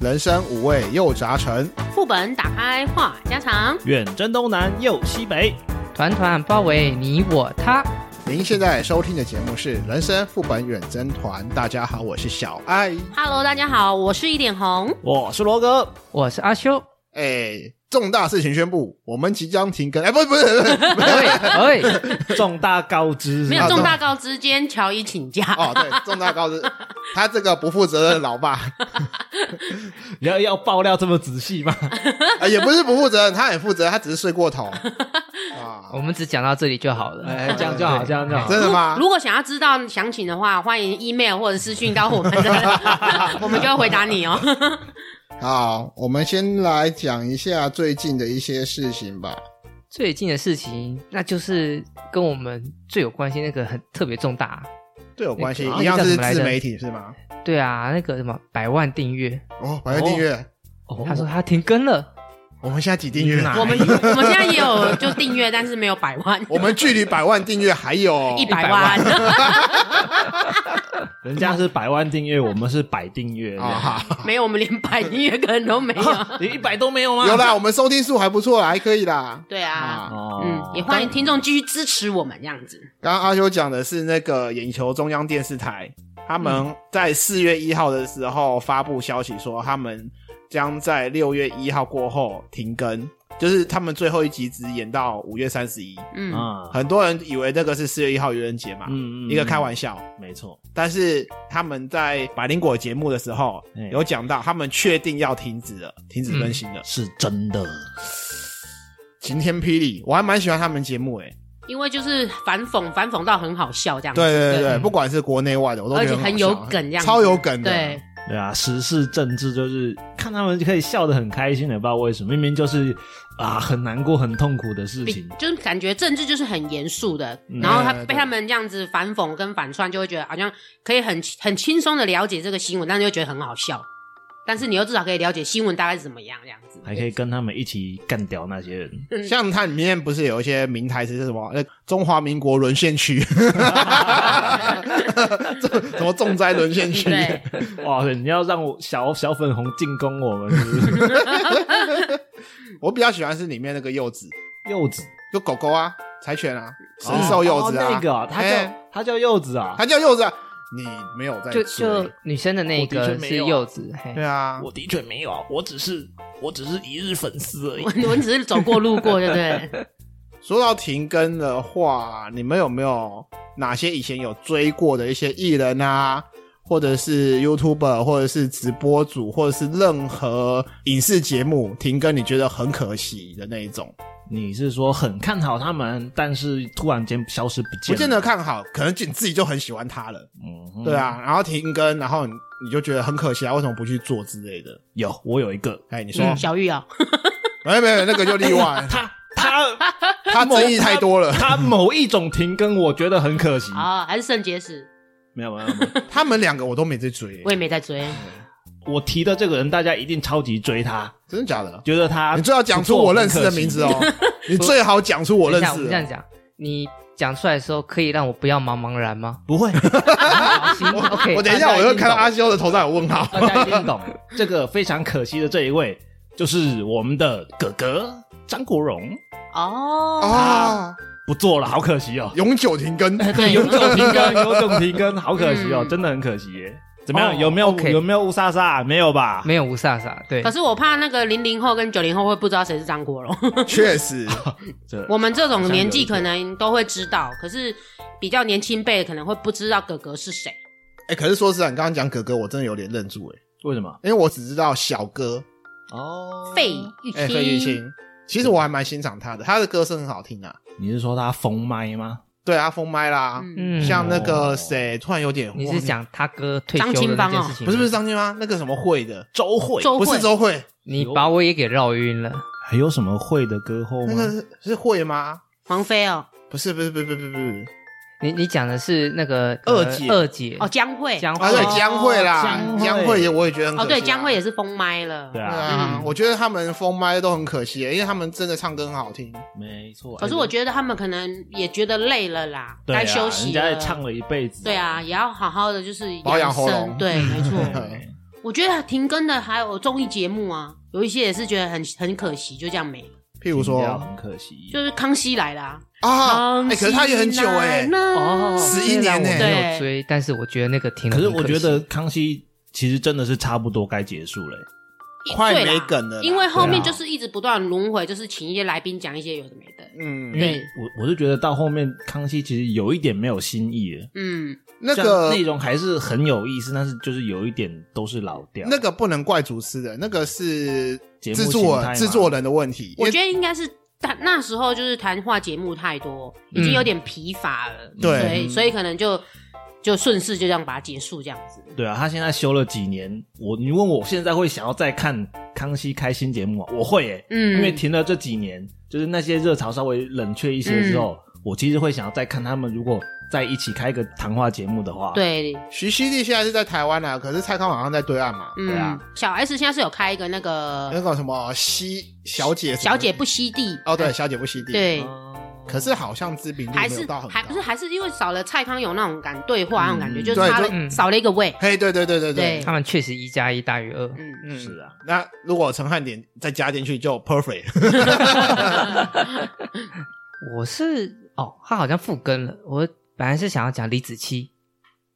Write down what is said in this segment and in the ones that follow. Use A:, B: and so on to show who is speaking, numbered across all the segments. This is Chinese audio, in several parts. A: 人生五味又杂陈，
B: 副本打开话家常，
C: 远征东南又西北，
D: 团团包围你我他。
A: 您现在收听的节目是《人生副本远征团》。大家好，我是小爱。
B: Hello，大家好，我是一点红。
C: 我是罗哥。
D: 我是阿修，
A: 哎，重大事情宣布，我们即将停更。哎，不是不是不是，不是
D: 喂喂，
C: 重大告知，
B: 没有
A: 啊
B: 重大告知，今天乔伊请假。
A: 哦，对， 重大告知，他这个不负责任的老爸，
C: 你要要爆料这么仔细吗？
A: 啊也不是不负责任，他很负责，他只是睡过头
D: 我
A: 啊。
D: 们只讲到这里就好了。
C: 哎，这样就好，
D: 对
C: 这样就好。
A: 真的吗？
B: 如果想要知道详情的话，欢迎 email 或者私讯到我们的，我们就会回答你哦。
A: 好，我们先来讲一下最近的一些事情吧。
D: 最近的事情，那就是跟我们最有关系那个很特别重大。
A: 最有关系，
D: 那个
A: 一样
D: 那
A: 是
D: 个叫什么来着
A: 自媒体是吗？
D: 对啊，那个什么百万订阅，
A: 哦，百万订阅，
C: 哦
D: 他说他停更了。
A: 我们现在几订阅？
D: 哪
B: 我们我们现在也有就订阅，但是没有百万，
A: 我们距离百万订阅还有
B: 一百
D: 100
B: 万
C: 人家是百万订阅，我们是百订阅。
A: 啊，
C: 啊，
A: 哈
B: 没有，我们连百订阅可能都没有。
C: 你一 百都没有吗？
A: 有啦，我们收听数还不错啦，还可以啦。
B: 对啊，
A: 啊，
C: 哦，
B: 嗯，也欢迎听众继续支持我们这样子。
A: 刚刚阿修讲的是那个眼球中央电视台，他们在四月一号的时候发布消息说，他们将在六月一号过后停更，就是他们最后一集只演到五月三十一。
B: 嗯，
C: 啊，
A: 很多人以为那个是四月一号愚人节嘛，
C: 嗯
A: 一个开玩笑。
C: 笑，没错。
A: 但是他们在百灵果节目的时候
C: 嗯
A: 有讲到，他们确定要停止了，停止更新了。
C: 是真的，
A: 晴天霹雳，我还蛮喜欢他们节目诶、
B: 因为就是反讽，反讽到很好笑这样子。
A: 对对对对，
D: 对
A: 不管是国内外的，我都觉
B: 而
A: 得嗯
B: 且
A: 很好
B: 很有
A: 笑
B: 梗这样子
A: 超有梗的。
B: 对，
C: 对啊，时事政治就是看他们可以笑得很开心的，不知道为什么，明明就是啊很难过、很痛苦的事
B: 比
C: 情，
B: 就是感觉政治就是很严肃的，
C: 嗯
B: 然后他
A: 对对对
B: 被他们这样子反讽跟反串，就会觉得好像可以很很轻松的了解这个新闻，但是又觉得很好笑。但是你又至少可以了解新闻大概是怎么样这样子。
C: 还可以跟他们一起干掉那些人。
A: 像它里面不是有一些名台词是什么？呃，中华民国沦陷 区，这什么重灾沦 陷区？
B: 对，
C: 哇，你要让我小小粉红进攻我们是不是
A: 我比较喜欢是里面那个柚子，
C: 柚子
A: 就狗狗啊，柴犬啊，神兽柚子啊，
C: 哦那个啊他
A: 哎
C: 叫他叫柚子啊，
A: 它叫柚子、啊，你没有在
D: 就
A: 追
D: 就女生的那
C: 我的
D: 个
C: 确
D: 是
C: 没有啊
D: 柚子，嘿
A: 对啊，
C: 我的确没有啊，我只是我只是一日粉丝而已。
B: 我我只是走过路过，对不 对？
A: 说到停更的话，你们有没有哪些以前有追过的一些艺人啊，或者是 YouTuber，或者是直播主，或者是任何影视节目停更，你觉得很可惜的那一种？
C: 你是说很看好他们，但是突然间消失不
A: 不
C: 见？
A: 见得，看好，可能你自己就很喜欢他了，
C: 嗯
A: 对，啊，然后停更，然后你你就觉得很可惜啊，为什么不去做之类的？
C: 有我有一个，
A: 哎，你说，
C: 啊
B: 嗯，小玉哦，
A: 没有没有，那个就例 外，
C: 他他
A: 他争议太多了。
C: 他某一种停更，我觉得很可惜。
B: 啊，还是肾结石，
C: 没有没有没有，
A: 他们两个我都没在追
B: 我，也没在 追。
C: 我提的这个人，大家一定超级追他，
A: 真的假的？
C: 觉得他
A: 你最好讲出我认识的名字
C: 哦。
A: 哦，你最好讲出我认
D: 等一下
A: 识
D: 们这
A: 的
D: 样。讲，你讲出来的时候可以让我不要茫茫 然吗？
C: 不会，
D: 好行，OK。
A: 我等一下，
D: 大家
A: 我
D: 定
A: 又看到
D: 懂
A: 阿修的头上有问号。
C: 大家一定懂。这个非常可惜的这一位，就是我们的哥哥张国荣
B: 哦，
A: 啊，
C: 不做了，好可惜哦。
A: 永久停更，
B: 对，
C: 有种停更，有种停更，好可惜哦，
B: 嗯
C: 真的很可惜耶。怎么样？
D: 哦
C: 有没有
D: OK
C: 有没有乌莎莎？没有吧？
D: 没有吴萨萨，对
B: 可，是我怕那个零零后跟九零后会不知道谁是张国 荣。
A: 确实，
C: 这
B: 我们这种年纪可能都会知道，可是比较年轻辈可能会不知道哥哥是谁。
A: 哎，可是说实在，你刚刚讲哥哥，我真的有点愣住哎，
C: 为什么？
A: 因为我只知道小哥，
C: 哦
B: 费玉
A: 哎，
B: 清，
A: 费玉清，其实我还蛮欣赏他的，他的歌声很好听啊。
C: 你是说他封麦吗？
A: 对啊，封麦啦，
B: 嗯，
D: 嗯，
A: 像那个
C: 哦
A: 谁，突然有点，
D: 你
A: 忘
D: 是
A: 记
D: 讲他哥退休
B: 张清
D: 的那
B: 芳
D: 件
B: 哦
D: 事情吗？
A: 不是不是张清芳那个什么会的，
C: 周慧
B: 周
A: 不是
B: 慧
A: 周慧，
D: 你把我也给绕晕了。
C: 还有什么会的歌后
A: 那
C: 吗？
A: 个是是会吗？
B: 黄飞哦，
A: 不是不是不是不是不是，
D: 你你讲的是那个
A: 二
D: 呃
A: 姐
D: 二姐
B: 哦江蕙，
D: 江
A: 啊对，江蕙啦
C: 江，蕙
A: 江蕙也我也觉得很可
B: 哦
A: 惜啊
B: 对，江蕙也是封麦了
A: 对
C: 对。啊，
A: 啊，
D: 嗯
A: 我觉得他们封麦都很可惜，因为他们真的唱歌很好听。
C: 没错。
B: 可是我觉得他们可能也觉得累了啦，
C: 对啊
B: 该休息
C: 人家
B: 了。
C: 啊
B: 啊
C: 也唱了一辈子。
B: 对啊，，也要好好的就是
A: 保养喉
B: 生
A: 咙
B: 对，没错。
C: 对
B: 我觉得停更的还有综艺节目啊，有一些也是觉得很很可惜，就这样没了。
A: 譬如
C: 停掉
A: 说
C: 很可惜，
B: 就是康熙来啦，
A: 啊，哎，可是他也很久
B: 哎
A: 哎，，
D: 哦，
A: 11
D: 虽
A: 年欸
D: 然我
A: 呢
D: 没
B: 对
D: 有追，但是我觉得那个挺。
C: 可是我觉得康熙其实真的是差不多该结束了、欸
A: 快
B: 对啦
A: 没梗了啦
B: 因为后面
C: 对
B: 就
C: 啊
B: 是一直不断轮回，就是请一些来宾讲一些有的没的。
A: 嗯
C: 因，为我我是觉得到后面康熙其实有一点没有新意了，
B: 嗯，
A: 那
C: 虽然
A: 个
C: 内容还是很有意思，但是就是有一点都是老调。
A: 那个不能怪主持人，那个是
C: 节目
A: 制
C: 形
A: 作
C: 态嘛
A: 制作人的问题。
B: 我觉得应该是他那时候就是谈话节目太多，已经有点疲乏了，
A: 嗯对
B: 所以所以可能就就顺势就这样把它结束这样子。
C: 对啊，他现在休了几年，我你问我现在会想要再看康熙开新节目吗？我会、欸，
B: 嗯
C: 因为停了这几年，就是那些热潮稍微冷却一些之后，
B: 嗯
C: 我其实会想要再看他们如果在一起开一个谈话节目的话，，
B: 对，
A: 徐熙娣现在是在台湾啊，可是蔡康永好像在对岸嘛，
B: 嗯，
C: 对啊
B: 小 S 现在是有开一个那
A: 那
B: 个
A: 个什么西小姐什么
B: 小姐不吸地呃
A: 哦，对，小姐不熙娣。，
B: 对，
A: 可是好像知名度
B: 还
A: 嗯没有
B: 是
A: 到很
B: 还不
A: 高
B: 是。还是因为少了蔡康永那种感对话那种感觉，
C: 嗯
B: 就是
A: 对
B: 他
A: 就
B: 了
D: 嗯
B: 少了一个位。
A: 嘿，对对对对
B: 对
D: 他们确实一加一大于二。
B: 嗯，
A: 嗯，
C: 是啊。
A: 那如果陈汉典再加进去就 perfect，
D: 我是哦，他好像复更了。我本来是想要讲李子柒，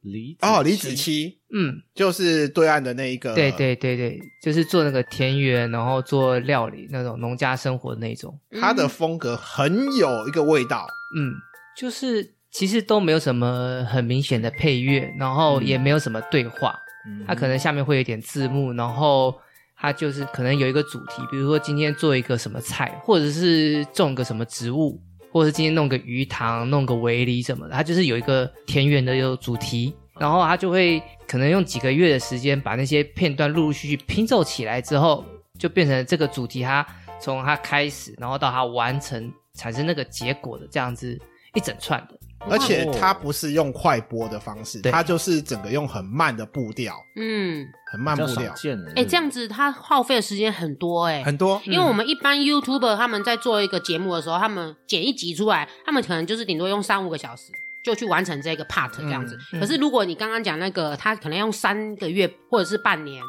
C: 李子
A: 哦，李子
C: 柒
A: 柒
D: 嗯，
A: 就是对岸的那一个，
D: 对，对对对，就是做那个田园，然后做料理那种农家生活的那种。
B: 嗯
A: 他的风格很有一个味道，
D: 嗯，就是其实都没有什么很明显的配乐，然后也没有什么对话，
C: 嗯
D: 它可能下面会有点字幕，然后它就是可能有一个主题，比如说今天做一个什么菜，或者是种个什么植物，或者是今天弄个鱼塘、弄个围篱什么的，它就是有一个田园的有主题。然后它就会可能用几个月的时间把那些片段陆陆续续拼凑起来之后，就变成这个主题它从它开始，然后到它完成产生那个结果的这样子一整串的。
A: 而且他不是用快播的方式，
D: 对
A: 他就是整个用很慢的步调，
B: 嗯，
A: 很慢
C: 比
A: 步
C: 较少
A: 调，
C: 见哎、
B: 哎、这样子他耗费的时间很多哎、
A: 很多
B: 因为
D: 嗯
B: 我们一般 YouTuber 他们在做一个节目的时候，他们剪一集出来，他们可能就是顶多用三五个小时就去完成这个 part 这样子。
D: 嗯
B: 可是如果你刚刚讲那个，他可能用三个月或者是半年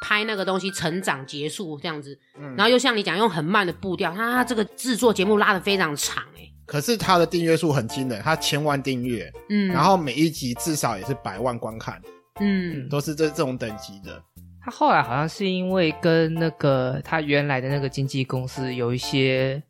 B: 拍那个东西成长结束这样子，
A: 嗯
B: 然后又像你讲用很慢的步调，他他这个制作节目拉的非常长哎、
A: 可是他的订阅数很惊人，他千万订阅，
B: 嗯，
A: 然后每一集至少也是百万观看，
B: 嗯
A: 都是这这种等级的。
D: 他后来好像是因为跟那个他原来的那个经纪公司有一些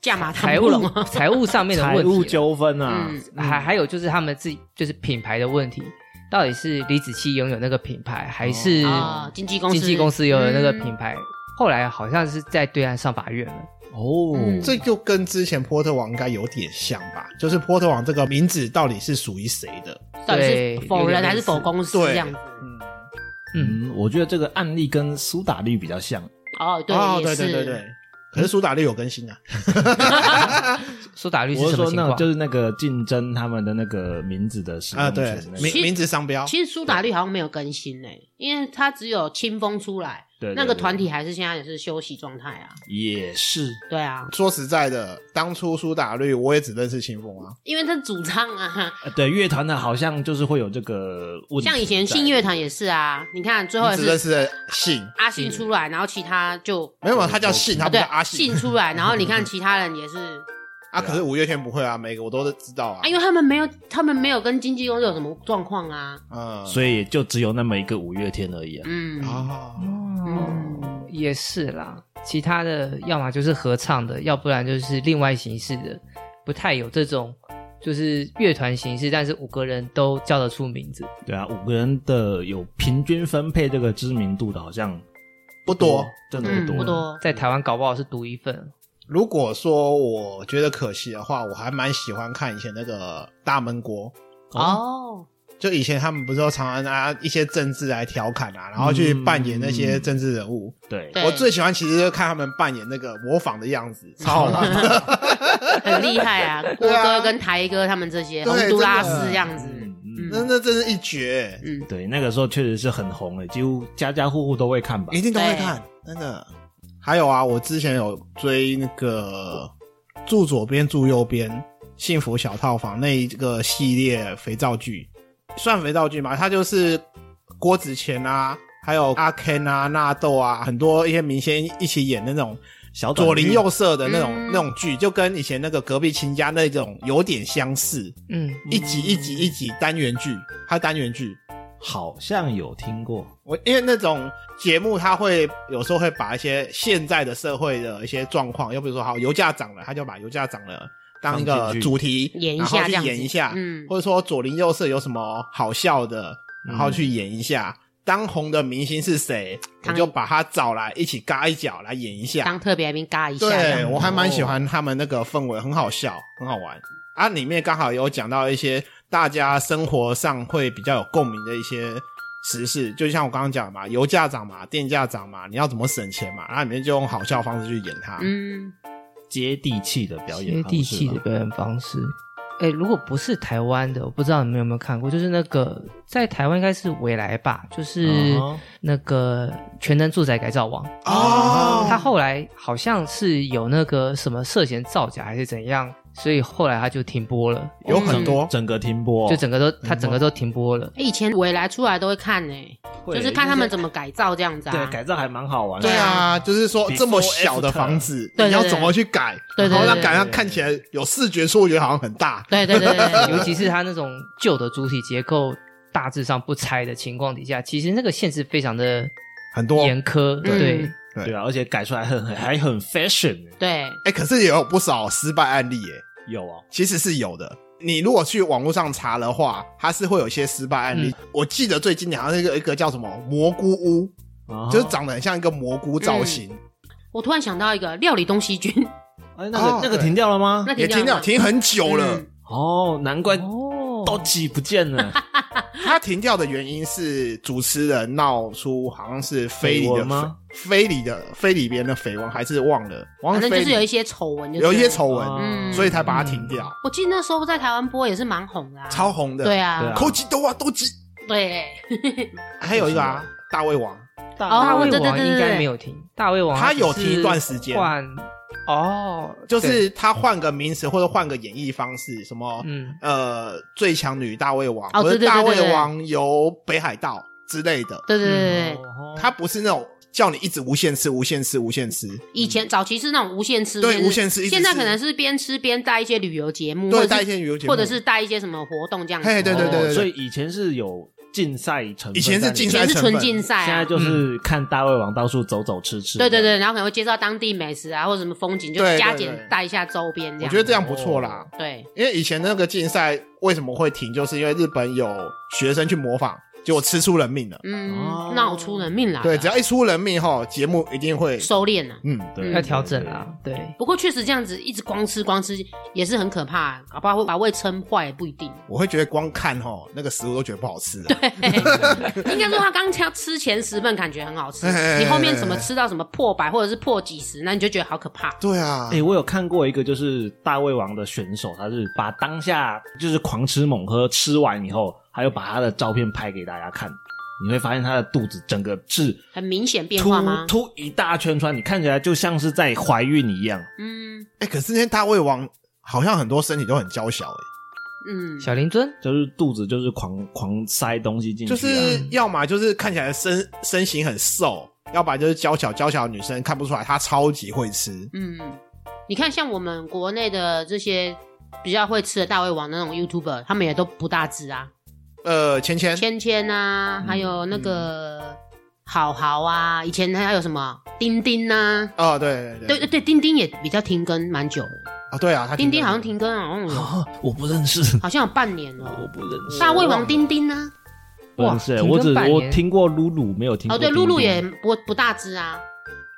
B: 价码谈
D: 财
B: 不
D: 务
B: 拢，
D: 财务上面的
C: 财
D: 问
C: 务
D: 题了，
C: 纠纷啊，
B: 嗯
D: 还还有就是他们自己就是品牌的问题，到底是李子柒拥有那个品牌，还嗯是
B: 啊、经纪公司
D: 哦经纪公司拥有那个
B: 嗯
D: 品牌？后来好像是在对岸上法院了。
C: 哦，
B: 嗯
A: 这就跟之前波特王应该有点像吧，就是波特王这个名字到底是属于谁的？
B: 到底
D: 对
B: 是否
D: 有
B: 人
D: 点
B: 还是
D: 类似
B: 否公司
A: 对
B: 这样子？
D: 嗯，
C: 嗯，我觉得这个案例跟苏打绿比较像，
B: 哦，对，
A: 哦，
B: 也
A: 对对
B: 是
A: 对对。可是苏打绿有更新啊，
D: 苏打绿
C: 我
D: 是
C: 是
D: 什么
C: 说
D: 情
C: 那种？
D: 况
C: 就是那个竞争他们的那个名字的使
A: 啊，
C: 用
A: 对
C: 权那，个，
A: 名
B: 其实
A: 名字商标，
B: 其实苏打绿好像没有更新呢、因为他只有清风出来，
C: 对对
B: 那个
C: 对
B: 团体还是现在也是休息状态啊。
C: 也是
B: 对啊，
A: 说实在的，当初苏打绿我也只认识清风啊，
B: 因为他主唱啊，
C: 呃对乐团呢，好像就是会有这个问题在。
B: 像以前信乐团也是啊，你看最后
A: 你
B: 也
A: 只认
B: 是
A: 识信，
B: 阿信出来，然后其他就
A: 没有没有，他叫信，他
B: 啊
A: 不
B: 对
A: 叫阿信
B: 信出来，然后你看其他 人也是
A: 啊。可是五月天不会啊，每个我都知道啊
B: 啊，，因为他们没有他们没有跟经纪公司有什么状况啊，
A: 嗯，
C: 所以也就只有那么一个五月天而已啊。
B: 嗯，
A: 啊，
D: 哦，也是啦。其他的要么就是合唱的，要不然就是另外形式的，不太有这种就是乐团形式，但是五个人都叫得出名字。
C: 对啊，五个人的有平均分配这个知名度的，好像
A: 不多。
C: 真的
B: 嗯
C: 不
B: 不
C: 多。
B: 多，
D: 在台湾搞不好是独一份。
A: 如果说我觉得可惜的话，我还蛮喜欢看以前那个大闷锅。
B: 哦，
A: 就以前他们不是都常常拿一些政治来调侃啊，然后去扮演那些政治人物。
C: 对，
B: 对
A: 我最喜欢其实就是看他们扮演那个模仿的样子，超好玩。
C: 嗯
B: 很厉害 啊，郭
A: 对啊
B: 哥跟台哥他们这些
A: 对
B: 洪都拉
A: 真的
B: 斯这样子，
C: 嗯
A: 那
B: 嗯
A: 那真是一绝、
B: 嗯，
C: 对，那个时候确实是很红诶，几乎家家户户都会看吧
A: 欸一。定都会看，真的。还有啊，我之前有追那个住左边住右边幸福小套房那一个系列肥皂剧，算肥皂剧嘛，它就是郭子乾啊、还有阿 Ken 啊、纳豆啊，很多一些明星一起演的那种
C: 小短
A: 左邻
C: 剧
A: 右舍的那种、
B: 嗯
A: 那种剧，就跟以前那个隔壁亲家那种有点相似，
D: 嗯，
A: 一集一集一集单元剧，它单元剧。
C: 好像有听过，
A: 我因为那种节目，它会有时候会把一些现在的社会的一些状况，又比如说好油价涨了，他就把油价涨了当一
C: 放
A: 个
C: 进去
A: 主题，
B: 演一
A: 然后
B: 下这
A: 去
B: 样子，
A: 演一下，
B: 嗯，
A: 或者说左邻右舍有什么好笑的，然
C: 嗯
A: 后去演一下。当红的明星是谁，我
B: 当
A: 就把他找来一起嘎一脚来演一下。
B: 当特别来宾嘎一下这
A: 对
B: 样，
A: 我还蛮喜欢他们那个氛围，很好笑，很好玩。啊，里面刚好有讲到一些大家生活上会比较有共鸣的一些时事，就像我刚刚讲的嘛，油价涨嘛，电价涨嘛，你要怎么省钱嘛，然啊后里面就用好笑的方式去演它。
B: 嗯，
C: 接地气的表演方式
D: 接
C: 吧，
D: 地气的表演方式。
C: 啊
D: 哎、如果不是台湾的，我不知道你们有没有看过，就是那个在台湾应该是未来吧，就是
C: 嗯哼
D: 那个《全能住宅改造王》
A: 哦
D: 他后来好像是有那个什么涉嫌造假还是怎样，所以后来他就停播了，
A: 有很多，
C: 整个停播，
D: 就整个都
A: 嗯
D: 他整个都停 播了。
B: 哎以前未来出来都会看呢，
C: 会
B: 就是看他们怎
C: 么
B: 么改造这样子
C: 对
B: 啊。
C: 改造还蛮好玩的，
A: 对啊，就是说
C: Before
A: 这么小的房子，
B: after
A: 你要怎么去改？
B: 对对对
A: 然后让
B: 对
A: 改
C: 对
A: 让
C: 对
A: 看起来有视觉错觉，好像很大。
B: 对对对 对对，
D: 尤其是它那种旧的主体结构大致上不拆的情况底下，其实那个限制非常的
A: 很多。哎、
D: 严苛，对，
B: 嗯
C: 对啊，而且改出来很很还很 fashion，
B: 对，
A: 哎可是也有不少失败案例、耶，
C: 有哦，
A: 其实是有的。你如果去网络上查的话，它是会有一些失败案例。
C: 嗯
A: 我记得最经典好像是一个一个叫什么蘑菇屋，
C: 啊
A: 就是长得很像一个蘑菇造型，
C: 嗯
B: 我突然想到一个料理东西君，
C: 哎那个
A: 哦
C: 那个停掉了吗
B: 那？
A: 也停
B: 掉
A: 掉停很久了。
B: 嗯
C: 哦，难怪
D: 哦
C: 都挤不见了，
A: 它停掉的原因是主持人闹出好像是非礼
C: 绯
A: 的
C: 闻吗
A: 非礼的非礼别人的绯闻，还是忘了，忘
B: 反
A: 了
B: 正就是
A: 非礼
B: 有一些丑闻，
A: 有一些。丑闻，
C: 哦嗯
A: 所以才把它停掉，
B: 我记得那时候在台湾播也是蛮红的啊，
A: 超红的。
B: 对
C: 对
B: 啊
C: 啊，
A: 口技都啊都技，
B: 对，
A: 还有一个啊，大胃王，
D: 大
B: 哦
D: 胃
B: 对对
D: 王
B: 对对
D: 应该
B: 对
D: 没有停，大胃王
A: 他有
D: 只
A: 停
D: 是
A: 一段时间
D: 换哦，
A: 就是
D: 对
A: 他换个名词或者换个演绎方式，什么
D: 嗯
A: 呃最强女大胃王，
B: 哦
A: 或者
B: 对对对
A: 大
B: 对对
A: 胃王游北海道之类的，
B: 对对
C: 嗯
B: 对对，
A: 他不是那种叫你一直无限吃、无限吃、无限吃，
B: 以前早期是那种无限吃，
A: 对
B: 就是
A: 无限吃一直吃
B: 现在可能是边吃边带一些旅游节目，或
A: 对，
B: 者
A: 带一
B: 是
A: 些旅游节目，
B: 或者是带一些什么活动这样子。
A: 嘿 对对对对对
C: 哦所以以前是有竞赛成
A: 以
C: 分在里面，
A: 前是竞
B: 以
A: 赛嗯
B: 前是
A: 成
B: 纯
A: 分
B: 竞赛
C: 现在
B: 啊，
C: 就是看大胃王到处走走吃吃。
B: 对对，对，然后可能会介绍当地美食啊，或者什么风景，就
A: 对对
B: 加
A: 对
B: 减带一下周边这
A: 我
B: 样。哦
A: 觉得这样不错啦。
B: 对，
A: 因为以前那个竞赛为什么会停，就是因为日本有学生去模仿，结果吃出人命了。
B: 嗯
C: 哦，
B: 闹出人命来了。
A: 对，只要一出人命后，节目一定会
B: 收敛了。
A: 嗯，
C: 对，
D: 要调整啊啦，对，
B: 不过确实这样子一直光吃光吃也是很可怕，啊搞不好会把胃撑坏也不 一定。
A: 我会觉得光看哈那个食物都觉得不好吃了。
B: 应该说他刚吃吃前十份感觉很好吃
A: 嘿嘿嘿，嘿
B: 你后面什么吃到什么破百或者是破几十，那你就觉得好可怕。
A: 对啊，
C: 哎、我有看过一个，就是大胃王的选手，他是把当下就是狂吃猛喝，吃完以后，还有把他的照片拍给大家看，你会发现他的肚子整个是
B: 很明显变
C: 凸
B: 化吗？
C: 凸一大圈出来，你看起来就像是在怀孕一样。
B: 嗯
A: 哎、可是那些大胃王好像很多身体都很娇小、欸，
B: 嗯，
D: 小林尊
C: 就是肚子就是狂狂塞东西进
A: 就
C: 去、啊，
A: 是要么就是看起来身身形很瘦，要不然就是娇小娇小的女生看不出来她超级会吃。
B: 嗯，你看像我们国内的这些比较会吃的大胃王那种 YouTuber，他们也都不大只啊，
A: 呃，芊芊
B: 芊芊啊，还有那个好好啊，以前还有什么丁丁啊。
A: 哦，对对
B: 对对对，丁丁也比较停更蛮久的，
A: 啊，对啊，她
B: 丁丁好像停更好像有
C: 啊，我不认 识，
B: 好像有半年了。
C: 我不认识，
B: 大胃王丁丁啊呢、
C: 不认识、
D: 哇
C: 我只
D: 停更半年
C: 我听过露露，没有听过
B: 哦，对，
C: 丁丁
B: 露露也不不大只啊，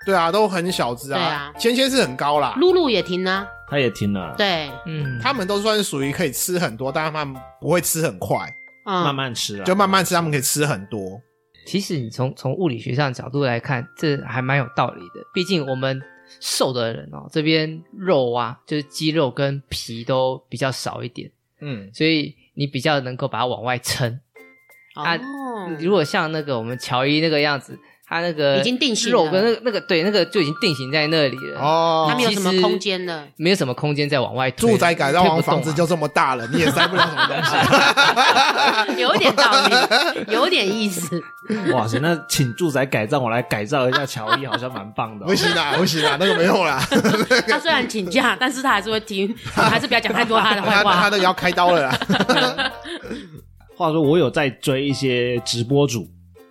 A: 对啊，都很小只
B: 对
A: 啊
B: 啊。
A: 芊芊、是很高啦，
B: 露露也停啊，
C: 他也停了，
B: 对，
D: 嗯，
A: 他们都算是属于可以吃很多，但他们不会吃很快，
B: 嗯，
C: 慢慢吃啊，
A: 就慢慢吃，他们可以吃很多。
D: 其实你从从物理学上的角度来看，这还蛮有道理的。毕竟我们瘦的人哦，这边肉啊，就是肌肉跟皮都比较少一点，
A: 嗯，
D: 所以你比较能够把它往外撑。
B: 哦
D: 啊如果像那个我们乔伊那个样子，它那个
B: 已经定型
D: 肉
B: 了
D: 跟那个那个对那个就已经定型在那里了，
A: 哦，
B: 它没有什么
D: 其实
B: 空间了。
D: 没有什么空间再往外推了，
A: 住宅改造
D: 推
A: 完
D: 不动
A: 房
D: 啊
A: 子就这么大了，你也塞不了什么东西。
B: 有点道理，有点意思。
C: 哇塞，那请住宅改造，我来改造一下乔伊，好像蛮棒的、哦
A: 不。 行啦，不行啦，那个没用啦，
B: 他虽然请假，但是他还是会听，我还是不要讲太多他的坏
A: 他 他
B: 话。
A: 那个要开刀了啦。
C: 话说，我有在追一些直播主，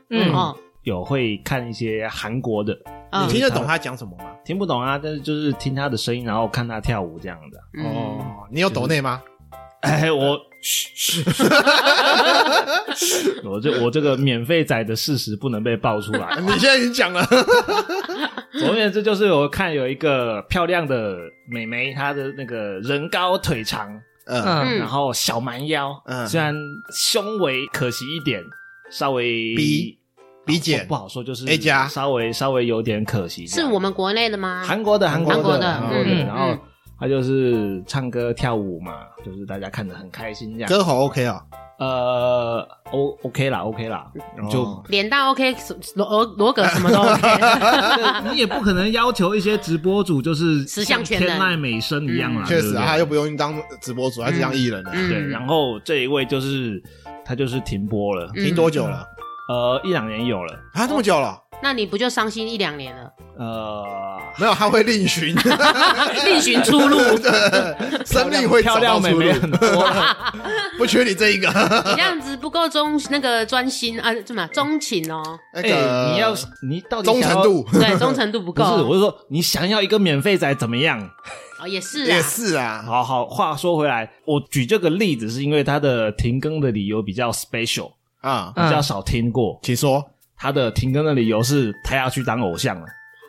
D: 嗯
B: 哦，
C: 有会看一些韩国的，
B: 嗯
A: 你听得懂他讲什么吗？
C: 听不懂啊，但是就是听他的声音，然后看他跳舞这样的。
B: 嗯，
A: 哦，你有抖内吗？
C: 哎，我，嘘 嘘我这我这个免费仔的事实不能被爆出来。
A: 你现在已经讲了，
C: 总而言之，就是我看有一个漂亮的美眉，她的那个人高腿长，
A: 嗯，
D: 嗯
C: 然后小蛮腰，
A: 嗯
C: 虽然胸围可惜一点，稍
A: B
C: 微鼻
A: B 减
C: 不好说，就是
A: A 加
C: 稍微稍微有点可惜这
B: 是
C: 样。
B: 我们国内的吗？
C: 韩国的韩国
B: 韩国的
C: 韩国的，
D: 嗯
C: 然后
B: 嗯
C: 他就是唱歌跳舞嘛，就是大家看得很开心这样。
A: 歌喉 OK 哦，
C: 呃，O OK 啦 ，OK 啦，就
A: 哦
B: 脸蛋 OK，罗罗格什么都
A: 啊
B: OK。
C: 你也不可能要求一些直播主就是
B: 十项全能
C: 天籁美声一样啦，
B: 嗯
A: 确
C: 对
A: 实
C: 不对嗯
A: 啊，他又不用当直播主，他是当艺人的。啊
C: 对。然后这一位就是他就是停播
B: 嗯
C: 了，
A: 停多久了？
C: 呃，一两年有了。
A: 啊，这么久了？
B: 那你不就伤心一两年了？
C: 呃，
A: 没有，他会另 寻
B: 啊另寻出路。
A: 生命会
C: 漂
A: 找
C: 亮
A: 到
C: 妹
A: 出
C: 妹
A: 路，
C: 很多，啊
A: 不缺你这一个。
B: 你这样子不够忠那个专心啊，什么钟情哦？
A: 那
C: 哎、
A: 个
C: 你要你到底
A: 忠
C: 想
A: 诚
C: 要
A: 度
B: 对，忠诚度不
C: 不
B: 够。啊
C: 是？我是说，你想要一个免费仔怎么样？
B: 哦，也是啊
A: 也，是啊，
C: 好好，话说回来，我举这个例子是因为他的停更的理由比较 special，
A: 啊，
C: 比较
D: 嗯
C: 少听过。
A: 请说。
C: 他的停更的理由是他要去当偶像了，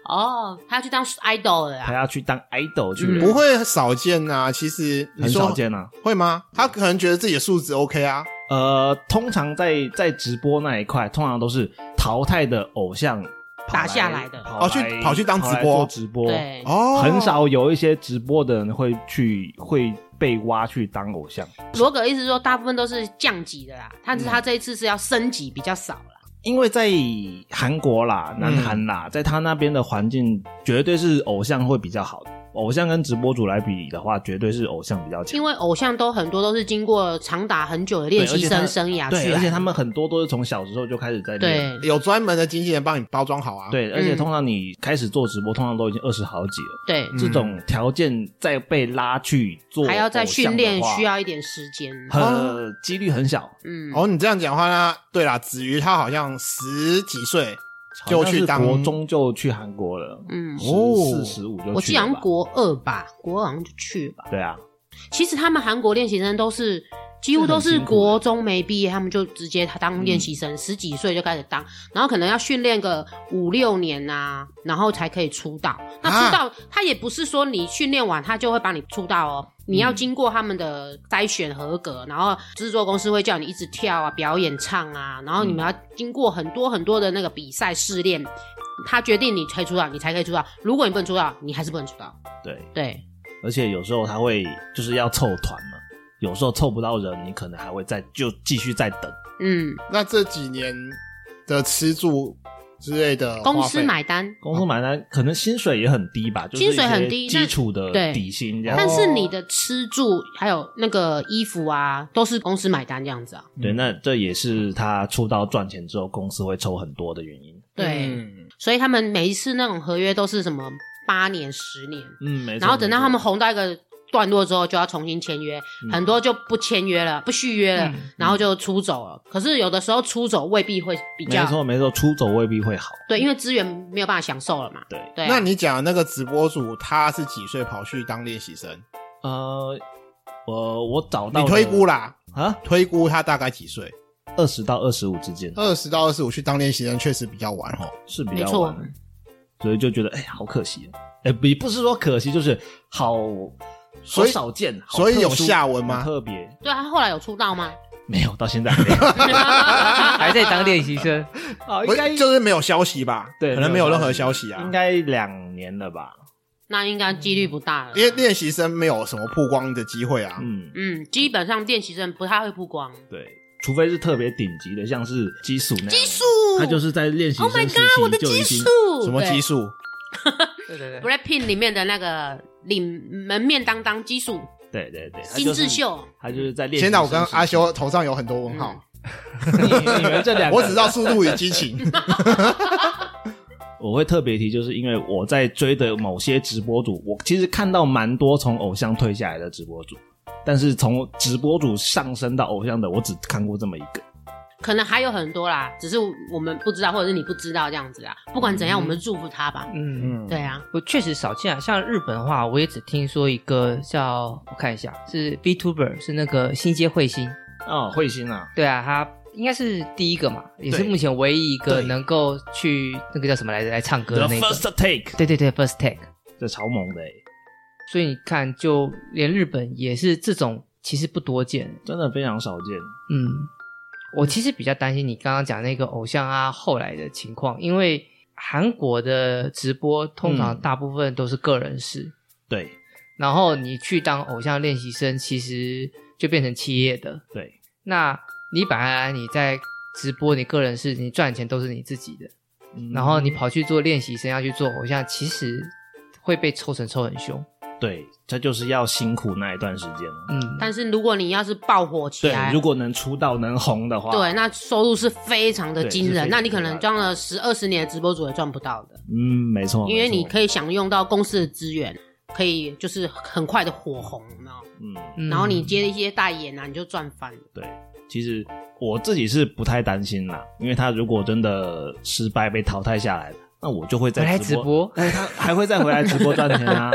B: 哦，他要去当 idol 了
C: 他
B: 啦。
C: 要去当 idol 去了，
A: 嗯不会少见啊，其实你
C: 嗯很
A: 说
C: 少见啊。
A: 会吗？他可能觉得自己的素质 OK 啊，
C: 呃，通常在在直播那一块，通常都是淘汰的偶像跑
B: 打下来的
C: 跑
A: 哦去
C: 来
A: 跑去当
C: 跑
A: 直
C: 来
A: 播
C: 做直播，
B: 对，
A: 哦，
C: 很少有一些直播的人会去会被挖去当偶像，
B: 罗格意思说大部分都是降级的啦，但
C: 嗯
B: 是他这一次是要升级，比较少啦。
C: 因为在韩国啦、南韩啦，在他那边的环境绝对是偶像会比较好的。偶像跟直播主来比的话，绝对是偶像比较强
B: 因。为偶像都很多都是经过长达很久的
C: 对
B: 练习
C: 而且他
B: 生生涯去
C: 对，
B: 来
C: 而且他们很多都是从小时候就开始在练。
B: 对
A: 有专门的经纪人帮你包装好啊。，
B: 嗯
C: 对，而且通常你开始做直播，通常都已经二十好几了。
B: 对，
A: 嗯
C: 这种条件再被拉去做，
B: 还要再训练，需要一点时间。
C: 呃几率很小，
B: 嗯，
A: 哦，你这样讲的话呢，对啦，子瑜他好像十几岁就
C: 好像
A: 去
C: 是
A: 当
C: 国中就去韩国了。
B: 嗯
A: 哦
C: 四十五就去了吧
B: 我记得好像国二吧，国二好像就去吧。
C: 对啊，
B: 其实他们韩国练习生都是几乎都
C: 是
B: 是
C: 很辛苦的欸嗯
B: 国中没毕业，他们就直接当练习生，十几岁就开始当，然后可能要训练个五六年呐、然后才可以出道。那
A: 啊
B: 出道、他也不是说你训练完他就会把你出道哦。你要经过他们的筛选合格，然后制作公司会叫你一直跳啊、表演、唱啊，然后你们要经过很多很多的那个比赛试炼，他决定你可以出道，你才可以出道。如果你不能出道，你还是不能出道。
C: 对，
B: 对，
C: 而且有时候他会就是要凑团嘛，有时候凑不到人，你可能还会再就继续再等。
B: 嗯，
A: 那这几年的吃住之类的
C: 哦
A: 花费，
B: 公司买单。
C: 公司买单可能薪水也很低吧，就是
B: 薪水很低
C: 一些基础的
B: 但
C: 底薪这样。
B: 但是你的吃住还有那个衣服啊，都是公司买单这样子啊。
C: 对，那这也是他出道赚钱之后，公司会抽很多的原因。
B: 对，
A: 嗯
B: 所以他们每一次那种合约都是什么八年、十年，
C: 嗯，没错。
B: 然后等到他们
C: 没错嗯
B: 红到一个段落之后，就要重新签约，很多就不签约了，不续约了，然后就出走了。可是有的时候出走未必会比
C: 没
B: 较
C: 错没错，出走未必会好。
B: 对，因为资源没有办法享受了嘛。
C: 对，
B: 对啊，
A: 那你讲的那个直播主，他是几岁跑去当练习生？
C: 呃，我我找到
A: 你
C: 了
A: 推估啦，
C: 啊，
A: 推估他大概几岁？
C: 二十到二十五之间
A: 二十到二十五去当练习生确实比较晚哦。
C: 是比
B: 没
C: 较
B: 错
C: 晚的，所以就觉得哎、好可惜啊。哎，不不是说可惜，就是好
A: 所以
C: 好少见，好
A: 所以有
C: 特殊
A: 下文吗
C: 好特别
B: 对啊，他后来有出道吗？
C: 没有，到现在没有
B: 嗯
D: 还在当练习 生，
C: 啊，
A: 不
C: 应该
A: 是，就是没有消息吧？
C: 对
A: 可能没有任何
C: 没有消
A: 消
C: 息
A: 息啊
C: 应。该两年了吧？
B: 那应该几率不大了
A: 因。为练习生没有什么曝光的机会啊。
C: 嗯，
B: 嗯，基本上练习生不太会曝光。
C: 对，除非是特别顶级的，像是基础那样。
B: 基数
C: 他就是在练习
B: Oh
C: 生
B: my
C: 时期
B: god！我的
C: 就已
B: 激
C: 经
B: 素，
A: 什么激素？
D: 对对对，
B: ？Blackpink 里面的那个领门面当当激素
C: 对对对，他
B: 金
C: 啊就是
B: 智，
C: 嗯
B: 秀，哦
C: 他就是在练习
A: 现
C: 生时期。
A: 在我跟阿修头上有很多问号，
C: 你，你们这两个，
A: 我只知道速度与激情。
C: 我会特别提，就是因为我在追的某些直播主，我其实看到蛮多从偶像退下来的直播主，但是从直播主上升到偶像的，我只看过这么一个。
B: 可能还有很多啦，只是我们不知道，或者是你不知道这样子啊。不管怎样，我们祝福他吧。
D: 嗯。
A: 嗯，
B: 对，啊，
D: 我确实少见啊，像日本的话，我也只听说一个叫我看一下是 VTuber，是那个新街彗星，
C: 哦，彗星啊，
D: 对啊，他应该是第一个嘛，也是
A: 对
D: 目前唯一一个
A: 对
D: 能够去那个叫什么来着来唱歌
C: The
D: 的那个，
C: 啊 First Take，
D: 对对对，First Take。
C: 这超猛的欸，
D: 所以你看，就连日本也是这种，其实不多见。
C: 真的非常少见。
D: 嗯，我其实比较担心你刚刚讲那个偶像啊后来的情况，因为韩国的直播通常
C: 嗯
D: 大部分都是个人式，
C: 对
D: 然后你去当偶像练习生，其实就变成企业的。
C: 对，
D: 那你本来你在直播你个人是你赚钱都是你自己的，
C: 嗯
D: 然后你跑去做练习生要去做偶像，其实会被抽成抽很凶。
C: 对，这就是要辛苦那一段时间了。
D: 嗯，
B: 但是如果你要是爆火起
C: 对，
B: 来
C: 如，果能出道能红的话，
B: 对，，那收入是非常的
C: 对
B: 惊
C: 是非
B: 人。
C: 常
B: 那你可能
C: 大的
B: 当了十二十年的直播主也赚不到的，
C: 嗯，没错，
B: 因为你
C: 以，
B: 可以享用到公司的资源，可以就是很快的火红，有没有
C: 嗯，
D: 嗯
B: 然后你接一些代言啊，你就赚翻了。
C: 对，其实我自己是不太担心啦，因为他如果真的失败被淘汰下来，那我就会
D: 回来
C: 在
D: 直
C: 直
D: 播，
C: 哎，他还会再回来直播赚钱 啊。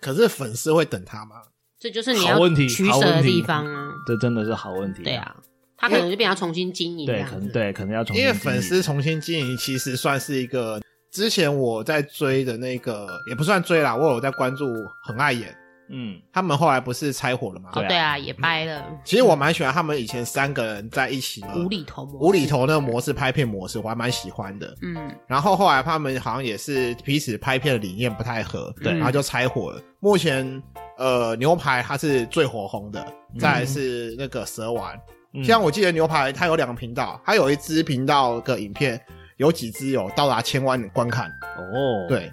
A: 可是粉丝会等他吗？
B: 这就是你
C: 好
B: 要
C: 问题
B: 取
C: 好
B: 舍的
C: 问题
B: 地方啊。
C: 这真的是好问题。
B: 对，啊，他可能就变成要重新经营这
C: 对，
B: 样
C: 可
B: 子。哦
C: 能对，可能要重新
A: 因为
C: 经营
A: 粉丝重新经营其实算是一个之前我在追的那个，也不算追啦，我有在关注很爱演，
C: 嗯，
A: 他们后来不是拆伙了吗？
B: 哦，对啊，也掰了，
A: 其实我蛮喜欢他们以前三个人在一起的
B: 无厘头模式
A: 无厘。头那个模式拍片模式，我还蛮喜欢的。
B: 嗯，
A: 然后后来他们好像也是彼此拍片的理念不太合，
C: 对
A: 然后就拆伙了。目前呃牛排它是最火红的，再来是那个蛇丸。
C: 嗯
A: 像我记得牛排它有两个频道，它有一支频道的影片有几支有到达千万观看，
C: 哦，，
A: 对，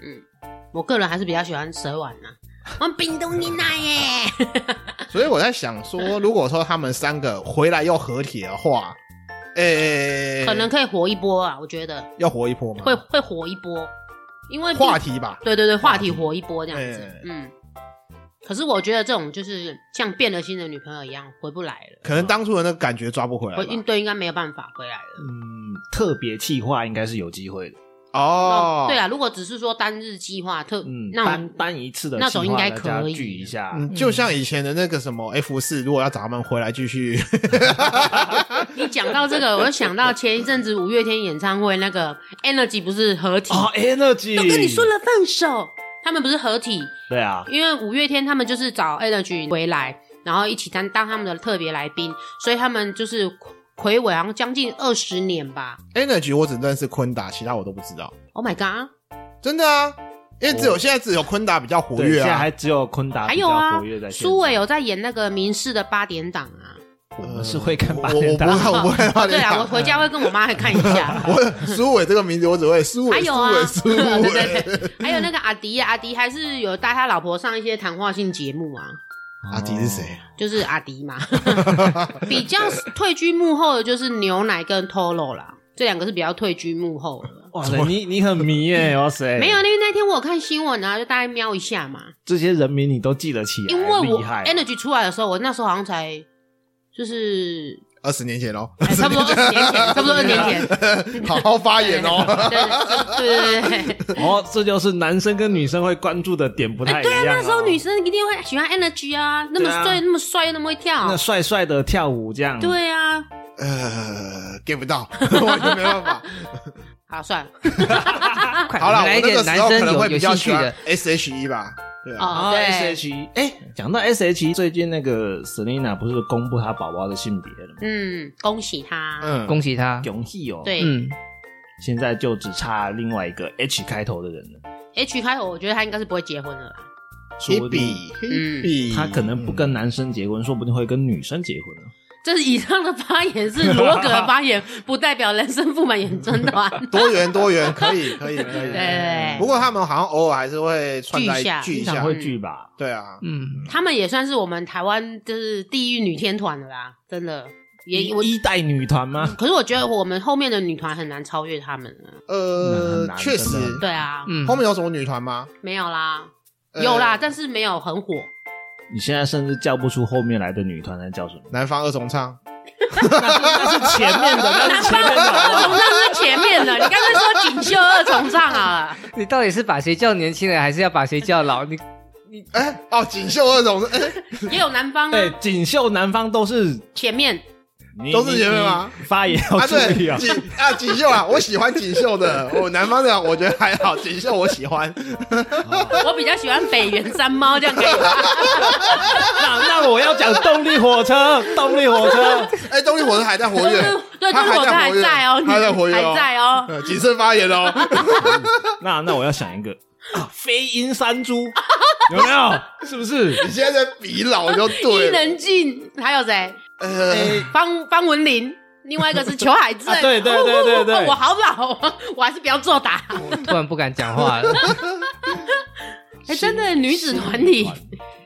B: 我个人还是比较喜欢蛇丸 呐、啊，我冰冻你奶耶！
A: 所以我在想说，如果说他们三个回来又合体的话，诶、
B: 可能可以火一波啊，我觉得
A: 要活一波吗？
B: 会会火一波，因为毕
A: 话题吧，
B: 对对对，话题火一波这样
A: 哎
B: 子，嗯。可是我觉得这种就是像变了心的女朋友一样回不来了，
A: 可能当初的那个感觉抓不回来吧
B: 回。应对应该没有办法回来了。
C: 嗯，特别企划应该是有机会的。
A: 哦，
B: 对啊，，如果只是说单日计划特
C: 嗯，
B: 那
C: 单
B: 种
C: 单一次的
B: 那种应该
C: 企划大家
B: 可以
C: 聚一下。
A: 嗯，就像以前的那个什么 F 四，如果要找他们回来继续，
B: 你讲到这个， 我就想到前一阵子五月天演唱会那个 Energy 不是合体，
C: 哦，energy，
B: 都跟你说，了放手，他们不是合体，
C: 对啊，
B: 因为五月天他们就是找 Energy 回来，然后一起当当他们的特别来宾，所以他们就是魁伟好像将近二十年吧。
A: Energy 我只认识昆达，其他我都不知道。
B: Oh my god！
A: 真的啊，因为只有现在只有昆达比较活
C: 对，
A: 跃
C: 现在
A: 啊
C: 还。只有昆达
B: 还
C: 比
B: 有
C: 较
B: 啊
C: 活跃在，线上
B: 苏伟有在演那个民视的八点档啊。
C: 我们是会看
A: 呃我
C: 八
A: 我
C: 点
A: 我不
C: 档，
A: 看，我不 会八
B: 对
A: 点
B: 啊，我
A: 档。。
B: 回家会跟我妈来看一下
A: 我苏伟这个名字我只会苏
B: 还
A: 伟，
B: 有
A: 苏
B: 啊
A: 伟，，苏
B: 对 对
A: 伟。
B: 对，还有那个阿迪啊，阿迪还是有带他老婆上一些谈话性节目啊。
A: 阿迪是谁？
B: 就是阿迪 嘛，比较退居幕后的就是牛奶跟 Toro 啦，这两个是比较退居幕后的。
C: 哇塞，你你很迷耶，哇塞！
B: 没有，因为那天我有看新闻啊，就大概瞄一下嘛。
C: 这些人名你都记得起来，
B: 因为我
C: 厉害啊
B: Energy 出来的时候，我那时候好像才就是、
A: 二十年前哦，
B: 哎差不多二十 年前，差不多二十年前。
A: 前，好好发言 哦。
B: 对对对对对对，
C: 哦，这就是男生跟女生会关注的点不太一样、
B: 对啊，那时候女生一定会喜欢 Energy 啊，那么
C: 对啊
B: 帅，那么帅又那么会跳
C: 那，帅帅的跳舞这样，，
B: 啊对啊。
A: 呃，get 不到， 我就没办法。
B: 好，算了。
D: 快
A: 好了，
D: 我们来
A: 我
D: 一
A: 那
D: 点
A: 个
D: 男
A: 时候可
D: 生
A: 能
D: 有
A: 会
D: 有
A: 比较
D: 兴
A: 喜
D: 趣
A: 欢
D: 的。
A: S H E 吧，对啊。
B: 哦，
C: 啊
B: 对，
C: ，S.H.E，哎，讲到 S.H.E，最近那个 Selina 不是公布她宝宝的性别了吗？
B: 嗯，恭喜他。
A: 嗯，
D: 恭喜他。
C: 恭喜哦！，
B: 对、
D: 嗯，
C: 现在就只差另外一个 H 开头的人了，
B: h E 开头，我觉得他应该是不会结婚了啦。
C: 说不定
A: Hebe
B: 嗯
A: Hebe，
C: 他可能不跟男生结婚，说不定会跟女生结婚呢。
B: 这是以上的发言是罗格的发言，不代表人生不满眼 真团。
A: 多元多元，可以可以可
B: 对对
A: 以。
B: 对
A: 不过他们好像偶尔还是会串在
B: 聚一下
A: 聚一
C: 经常
A: 下，
C: 会聚吧？
A: 对啊，
D: 嗯，
B: 他们也算是我们台湾就是地狱女天团了啦，真的。也我，
C: 一代女团吗？
B: 可是我觉得我们后面的女团很难超越他们了。
A: 呃
C: 很，难
A: 确实
C: 真，的
B: 对啊，
D: 嗯
A: 后面有什么女团吗？
B: 没有啦，
A: 呃，
B: 有啦，但是没有很火。
C: 你现在甚至叫不出后面来的女团在叫什么
A: 南方二重唱，
C: 那是前面的，那是 前面
B: 二重
C: 的。
B: 唱是前面的，你刚才说锦绣二重唱啊，
D: 你到底是把谁叫年轻人，还是要把谁叫老？你
A: 哎，哦，锦绣二重，哎，
B: 也有南方啊，，
C: 对哎锦绣南方都是
B: 前面
C: 你
A: 都是前面吗？
C: 你你发言要
A: 啊
C: 注意
A: 对，
C: 啊！
A: 锦啊锦绣啊，我喜欢锦绣的，我南方的我觉得还好，锦绣我喜欢。
B: 我比较喜欢北原山猫这样可以吗？
C: 那那我要讲动力火车， 动力火车，
A: 哎，动力火车还在活跃，
B: 对，
A: 他
B: 就是我
A: 还
B: 还
A: 在
B: 在哦，
A: 活跃，还在活跃，
B: 还在哦。
A: 呃，谨慎发言哦。
C: 那那我要想一个啊，飞鹰山 猪，有没有？是不是？
A: 你现在在比老就
B: 伊
A: 对了。
B: 能静，还有谁？
A: 呃，
C: 哎
B: 方方文琳，另外一个是裘海正
C: 啊。对对对对对
B: 哦我好老哦， 我还是不要作答。
D: 突然不敢讲话 了。
B: 哎，真的女子团体，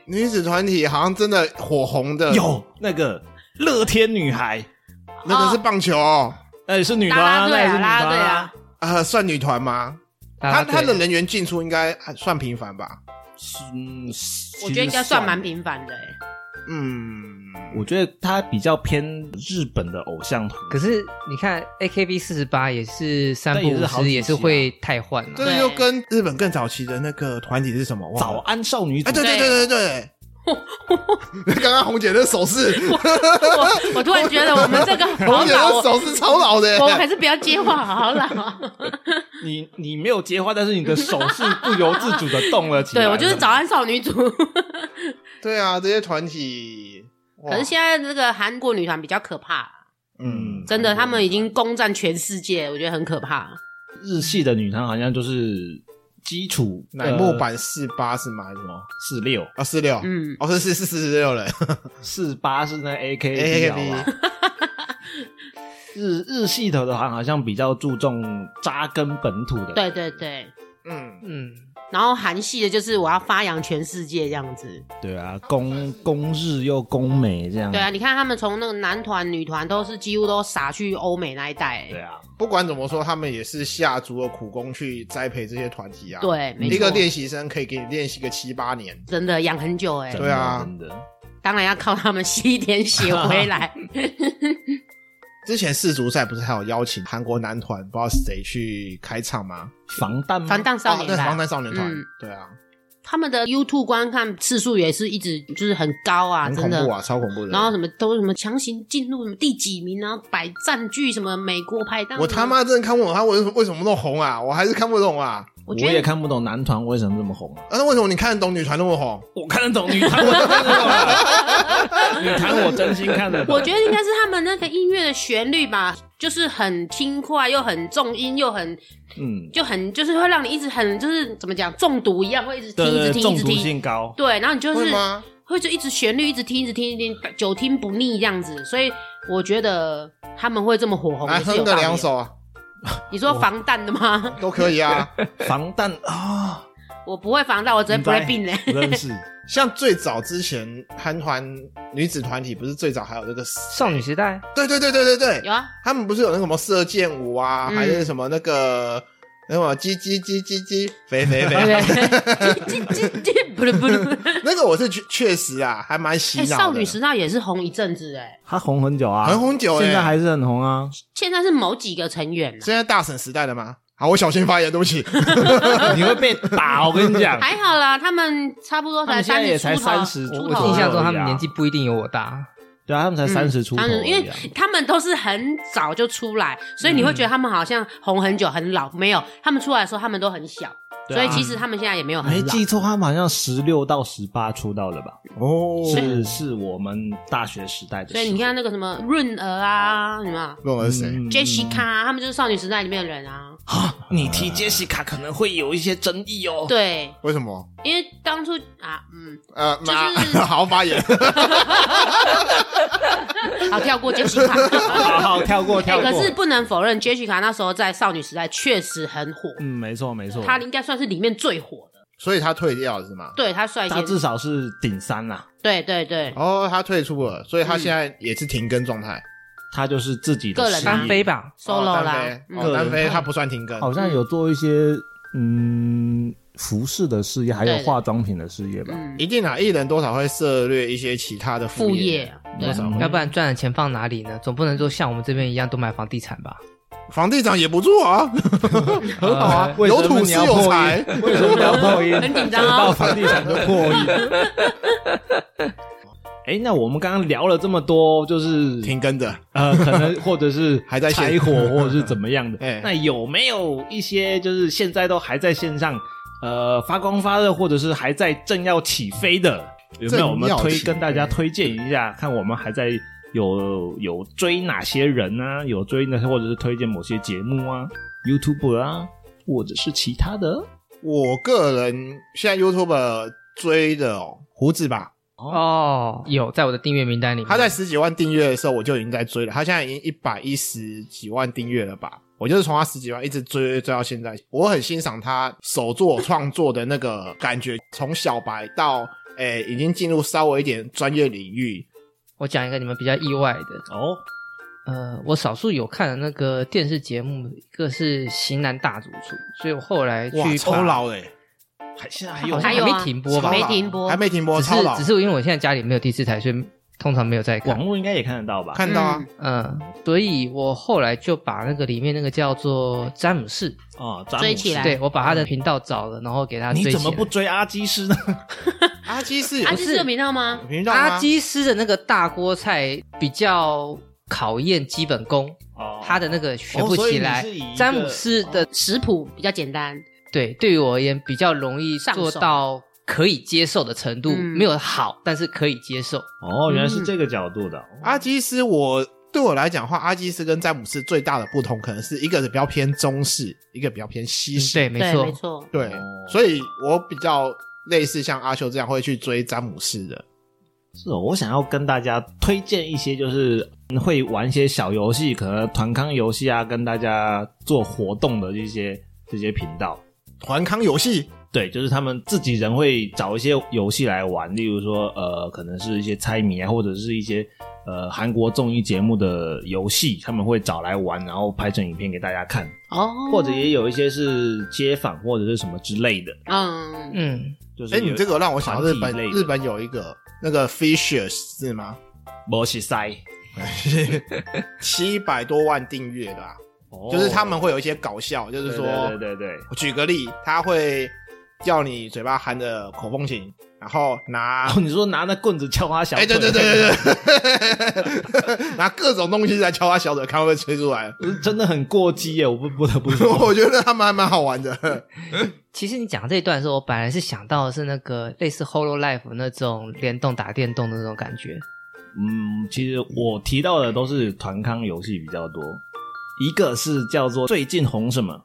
A: 女子团体好像真的火红的，
C: 有那个乐天女孩，
A: 那个是棒球哦，
C: 那也是女
B: 啦
C: 团
B: 啦
C: 啊，
B: 队
C: 那也是
B: 啊，
C: 女
B: 啦啦队
C: 团
B: 啊，，
A: 呃，算女团吗？
D: 啊
A: 她她
D: 对
A: 的人员进出应该还算频繁吧？
C: 嗯，
B: 我觉得应该算蛮。频繁 的。哎
A: 嗯，
C: 我觉得她比较偏日本的偶像团，
D: 可是你看 A K B 四十八也是三不
C: 但也是
D: 五
C: 好几
D: 时，
C: 集啊
D: 也是会太换了、
A: 这
B: 对
A: 就跟日本更早期的那个团体是什么？忘了
C: 早啊安少女组
A: 哎，对对对对对。刚刚红姐那手势，
B: 我我突然觉得我们这个好
A: 红姐
B: 老
A: 那
B: 哦，
A: 手势超老的
B: 我，还是不要接话，好老哦。
C: 你你没有接话，但是你的手是不由自主的动了 起来。
B: 对，我就是早安少女组。
A: 对啊，这些团体，哇
B: 可是现在这个韩国女团比较可怕，
A: 嗯，
B: 真的，他们已经攻占全世界，我觉得很可怕。
C: 日系的女团好像就是基础
A: 乃木坂四八是吗？还是什么？
C: 四六
A: 啊，四六，
B: 嗯，
A: 哦，是是是四十六人，
C: 四八是那 A K
A: AKB
C: 好吧？日日系的的话，好像比较注重扎根本土的。
B: 对对对。
A: 嗯，
D: 嗯，
B: 然后韩系的就是我要发扬全世界这样子。
C: 对啊，攻攻日又攻美这样。
B: 对啊，你看他们从那个男团、女团都是几乎都撒去欧美那一带、欸
C: 对啊，
A: 不管怎么说，他们也是下足了苦功去栽培这些团体啊。，
B: 对，没错
A: 一个练习生可以给你练习个七八年，
B: 真的养很久哎、
C: 真
A: 对
C: 的
A: 啊
C: 真的。
B: 当然要靠他们吸一点 血回来。
A: 之前世足赛不是还有邀请韩国男团，不知道是谁去开唱吗？
C: 防弹吗
B: 防弹少
A: 哦
B: 年
A: 对，
B: 吧，
A: 防弹少年团
B: 嗯，
A: 对啊，
B: 他们的 YouTube 观看次数也是一直就是很高啊，
A: 很
B: 真
A: 恐
B: 的
A: 怖。啊，超恐怖的。
B: 然后什么都什么强行进入什么第几名，啊然后摆占据什么美国排档。
A: 我他，妈真的看不懂他为什么为什么那么红啊，我还是看不懂啊。
B: 我
C: 我
B: 觉
C: 也
B: 得
C: 看不懂男团为什么这么红啊！
A: 啊，那为什么你看得懂女团那么红？
C: 我看得懂女 团，我真的懂女团我真心看 得懂。
B: 我觉得应该是他们那个音乐的旋律吧，就是很轻快，又很重音，又很
C: 嗯，
B: 就很就是会让你一直很就是怎么讲中毒一样，会一直听
C: 对
B: 一直
C: 对，
B: 听
C: 中
B: 一直
C: 毒
B: 听。
C: 性高。
B: 对，然后你就
A: 会
B: 是
A: 吗？
B: 会就一直旋律一直听一直听一直听，久听不腻这样子。所以我觉得他们会这么火红
A: 来
B: 也是
A: 哼
B: 有
A: 个
B: 道理
A: 两
B: 的。
A: 首啊，
B: 你说防弹的吗？
A: 都可以 啊。
C: 防弹啊，
B: 我不会防弹，我直接
C: 明
B: b r
C: 白
B: a k i n 嘞。
C: 不认识。
A: 像最早之前韩团女子团体不是最早还有这个，
D: 少女时 代，
A: 对对对对对对，
B: 有啊，
A: 他们不是有那个什么射箭舞啊，
B: 嗯
A: 还是什么那个那什么叽叽叽叽叽肥肥肥，
B: 叽叽叽，不噜不噜。
A: 那个我是确确实啊，还蛮洗
B: 哎，
A: 脑的。
B: 少女时代也是红一阵子哎，
C: 他红很久啊，
A: 很红久欸
C: 现在还是很红啊。
B: 现在是某几个成员啊。
A: 现在大婶时代的吗？好，我小心发言，对不 起。
C: 你会被 打，我跟你讲。
B: 还好啦，他们差不多
C: 他
B: 才
C: 们现在
B: 三
C: 也
B: 十
C: 才
B: 出头，
C: 30
B: 出
C: 我
B: 头啊
C: 我记
D: 印
C: 得
D: 象中他们年纪不一定有我大。
C: 对啊，他们才三十出头
B: 他
C: 而
B: 嗯
C: 已啊，
B: 们因为他们都是很早就出来，所以你会觉得他们好像红很久很老，没有，他们出来的时候他们都很小，
C: 对
B: 所
C: 啊
B: 以其实他们现在也没有
C: 没
B: 很老。
C: 记错，他们好像十六到十八出道的吧？
A: 哦
C: 是是我们大学时代的时
B: 所
C: 候。
B: 以你看那个什么润儿啊，什么
A: 问我是谁？
C: 嗯
B: Jessica，啊他们就是少女时代里面的人啊。
C: 啊，你提杰西卡可能会有一些争议哦。
B: 对，
A: 为什么？
B: 因为当初啊，嗯，
A: 呃，
B: 是
A: 妈，好好发言。
B: 好跳过杰西卡。
C: 好好 跳过
B: 哎、
C: 跳过。
B: 可是不能否认，杰西卡那时候在少女时代确实很火，
C: 嗯，没错没错，
B: 她应该算是里面最火的。
A: 所以他退掉了是吗？
B: 对她率
C: 他
B: 先，
C: 至少是顶三啊啦，
B: 对对对，
A: 哦，他退出了，所以他现在也是停更状态，
C: 他就是自己的
B: 个人
C: 事业
D: 单飞吧，
B: solo
A: 哦单
B: 啦
A: 飞，
B: 嗯
A: 哦，单飞他不算停更，
E: 好像有做一些嗯服饰的事业，还有
B: 对
E: 化妆品的事业吧。
B: 嗯，
A: 一定啊，艺人多少会涉略一些其他的
B: 副
A: 业
B: 业，对
A: 多少
E: 嗯
A: 会
D: 要不然赚的钱放哪里呢？总不能说像我们这边一样都买房地产吧？
A: 房地产也不错啊，
C: 很 好啊，为
A: 有
C: 什么
A: 土
C: 你
A: 是
C: 要
A: 有
C: 破
A: 财
C: 音，为什么你要破音？
B: 很紧张哦
C: 讲到房地产就破音。 哎，那我们刚刚聊了这么多，就是
A: 停更的。
C: 呃，可能或者是
A: 还在线
C: 拆火，或者是怎么样
A: 哎
C: 的。那有没有一些就是现在都还在线上，呃，发光发热，或者是还在正要起飞的？有没有我们
A: 正要
C: 推
A: 起飞
C: 跟大家推荐一下，看我们还在有有追哪些人啊？有追那些或者是推荐某些节目啊，YouTube 啊，或者是其他的？
A: 我个人现在 YouTube 追的哦，胡子吧，
D: 哦，有在我的订阅名单里面。
A: 他在十几万订阅的时候我就已经在追了，他现在已经一百一十几万订阅了吧？我就是从他十几万一直追追到现在，我很欣赏他手作创作的那个感觉，从小白到诶、已经进入稍微一点专业领域，
D: 我讲一个你们比较意外的，
C: 哦，
D: 呃，我少数有看的那个电视节目，一个是《型男大主厨》，所以我后来去
A: 哇，
D: 把
A: 超老嘞、
C: 还现在还
D: 它
C: 有
D: 好
C: 吗
D: 像
B: 还有
D: 还
B: 啊
D: 没停播
A: 超
D: 吧？
A: 老
B: 没停播
A: 还没停播，
D: 只
A: 超老
D: 是只，是因为我现在家里没有第四台，所以通常没有在看
C: 网。络应该也看得到吧？
A: 看到啊，
D: 嗯，所以我后来就把那个里面那个叫做詹姆士，
C: 啊，詹姆斯
B: 追起来
D: 对我把他的频道找了，然后给他追
C: 你
D: 起来。
C: 怎么不追阿基师呢？
A: 阿基是
B: 阿
A: 有
B: 基斯有频道吗？
A: 频道吗
D: 阿基斯的那个大锅菜比较考验基本功，
C: 哦
D: 他的那个学不起来。
C: 哦所以你是以一个哦
D: 詹姆斯的、
B: 食谱比较简单，
D: 对，对于我而言比较容易
B: 上
D: 做
B: 手
D: 到可以接受的程度，
B: 嗯
D: 没有好，但是可以接受。
C: 哦，原来是这个角度的。哦
A: 阿基斯我，对我来讲的话，阿基斯跟詹姆斯最大的不同，可能是一个是比较偏中式，一个比较偏西式。
D: 嗯对，没
B: 对，
D: 错
B: 没。错，
A: 对
C: 哦
A: 所以我比较类似像阿修这样会去追詹姆斯的。
C: 是哦，我想要跟大家推荐一些，就是会玩一些小游戏，可能团康游戏啊，跟大家做活动的一些这些频道。
A: 团康游戏
C: 对，就是他们自己人会找一些游戏来玩，例如说，呃，可能是一些猜谜啊，或者是一些呃韩国综艺节目的游戏，他们会找来玩，然后拍成影片给大家看，
B: 哦，
C: 或者也有一些是街访或者是什么之类的，
B: 嗯，
D: 嗯，
C: 就是
A: 哎、你这个让我想到日本
C: 团体类，的
A: 日本有一个那个 Fishers 是吗？
C: 摩西塞，
A: 七百多万订阅的、啊，就是他们会有一些搞笑，就
C: 就是
A: 说，
C: 哦对对对对
A: 我举个例，他会叫你嘴巴含着口风琴，然后拿
C: 哦，你说拿那棍子敲他小
A: 哎、
C: 腿？
A: 对对对对对， 拿各种东西来敲他小腿，看会不会吹出来。
C: 对， 真的很过激耶！我不不得不说，
A: 我觉得他们还蛮好玩的。
D: 其实你讲这一段的时候，我本来是想到的是那个类似 Holo Life 那种联动打电动的那种感觉。
C: 嗯，其实我提到的都是团康游戏比较多，一个是叫做最近红什么，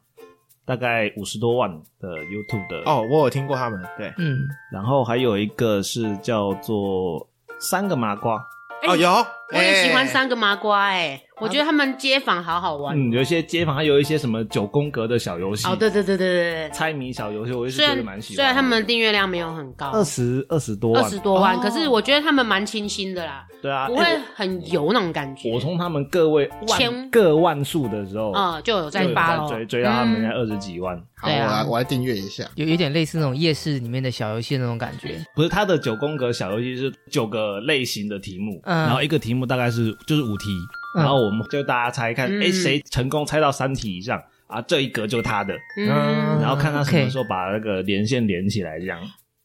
C: 大概五十多万的 YouTube 的，
A: 哦，我有听过他们，对，
D: 嗯，
C: 然后还有一个是叫做三个麻瓜，
A: 哦有，
B: 哎我也喜欢
A: 哎
B: 三个麻瓜，哎，我觉得他们街访好好
A: 哦
B: 玩，
C: 嗯，有一些街坊还有一些什么九宫格的小游戏，
B: 哦，对对对对对对，
C: 猜谜小游戏，我也是
B: 虽
C: 觉得蛮
B: 然
C: 喜欢的。
B: 虽然他们的订阅量没有很高，
C: 二十二十多万，
B: 二十多万，
C: 哦
B: 可是我觉得他们蛮清新的啦，
C: 对啊，
B: 不
C: 哎
B: 会很油那种感觉。
C: 我从他们个位万
B: 千
C: 个万数的时候，
B: 嗯就有
C: 就有
B: 在发了，
C: 追啊追到他
B: 嗯
C: 们家二十几万，
A: 好，
B: 对
A: 我来
B: 啊
A: 我来订阅一下。
D: 有有点类似那种夜市里面的小游戏那种感觉。
C: 不是他的九宫格小游戏是九个类型的题目，
D: 嗯
C: 然后一个题目大概是就是五题，
D: 嗯
C: 然后我们就大家猜看，
B: 嗯
C: 哎谁成功猜到三题以上啊，这一格就他的，
B: 嗯
D: 嗯，
C: 然后看他什么
D: OK
C: 时候把那个连线连起来这样。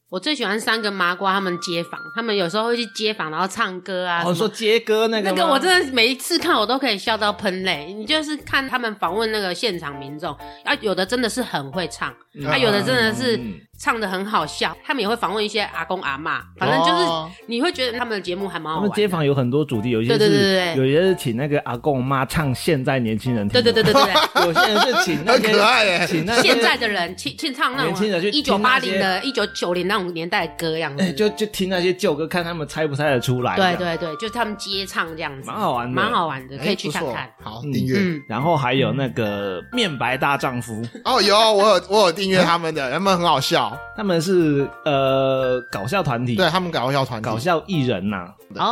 B: 我最喜欢三个麻瓜他们街访，他们有时候会去街访，然后唱歌啊。
C: 哦，你
B: 什
C: 说
B: 么
C: 杰哥那个
B: 那
C: 吗
B: 个我真的每一次看我都可以笑到喷泪。你就是看他们访问那个现场民众，啊，有的真的是很会唱，
C: 嗯
B: 啊，有的真的是
C: 嗯
B: 唱的很好笑，他们也会访问一些阿公阿嬷，反正就是
A: 哦
B: 你会觉得他们的节目还蛮好
C: 他
B: 玩
C: 们
B: 的。
C: 街坊有很多主题，有一些是
B: 对对对对对
C: 有一些是请那个阿公妈唱现在年轻人
B: 对
C: 听的，
B: 对对对对 对，
C: 有些人是请 那
A: 很
C: 些
A: 可爱耶、
C: 请那些
B: 现在的人去去唱那
C: 年轻人
B: 种
C: 去
B: 一九
C: 听那
B: 八
C: 些
B: 零的、一九九零那种年代的歌样
C: 哎、
B: 子，
C: 就就听那些旧歌，看他们猜不猜得出来。
B: 对
C: 这样。
B: 对对，就是他们接唱这样子，
C: 蛮好玩的
B: 蛮好玩的，可以去
A: 哎
B: 看
A: 不错
B: 看。
A: 好，
C: 嗯
A: 订阅、
B: 嗯，
C: 然后还有那个面白大 丈夫，
A: 哦，有我有我有订阅他们的， 他们很好笑，
C: 他们是呃搞笑团体，
A: 对他们搞笑团体
C: 搞笑艺人呐、
B: 哦，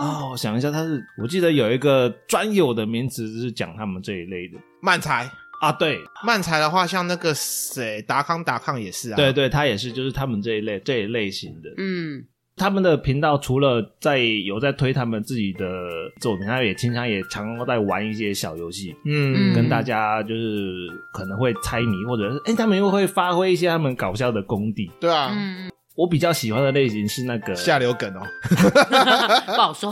C: 哦，我想一下，他是我记得有一个专有的名词是讲他们这一类的
A: 漫才。
C: 啊，对
A: 漫才的话，像那个谁达康达康也是啊，
C: 对对，他也是，就是他们这一类这一类型的。
B: 嗯，
C: 他们的频道除了在有在推他们自己的作品，他们也经常也常常在玩一些小游戏，
A: 嗯，
C: 跟大家就是可能会猜谜，或者是哎、他们又会发挥一些他们搞笑的功底。
A: 对啊，
B: 嗯，
C: 我比较喜欢的类型是那个，
A: 下流梗哦，
B: 嗯不好说。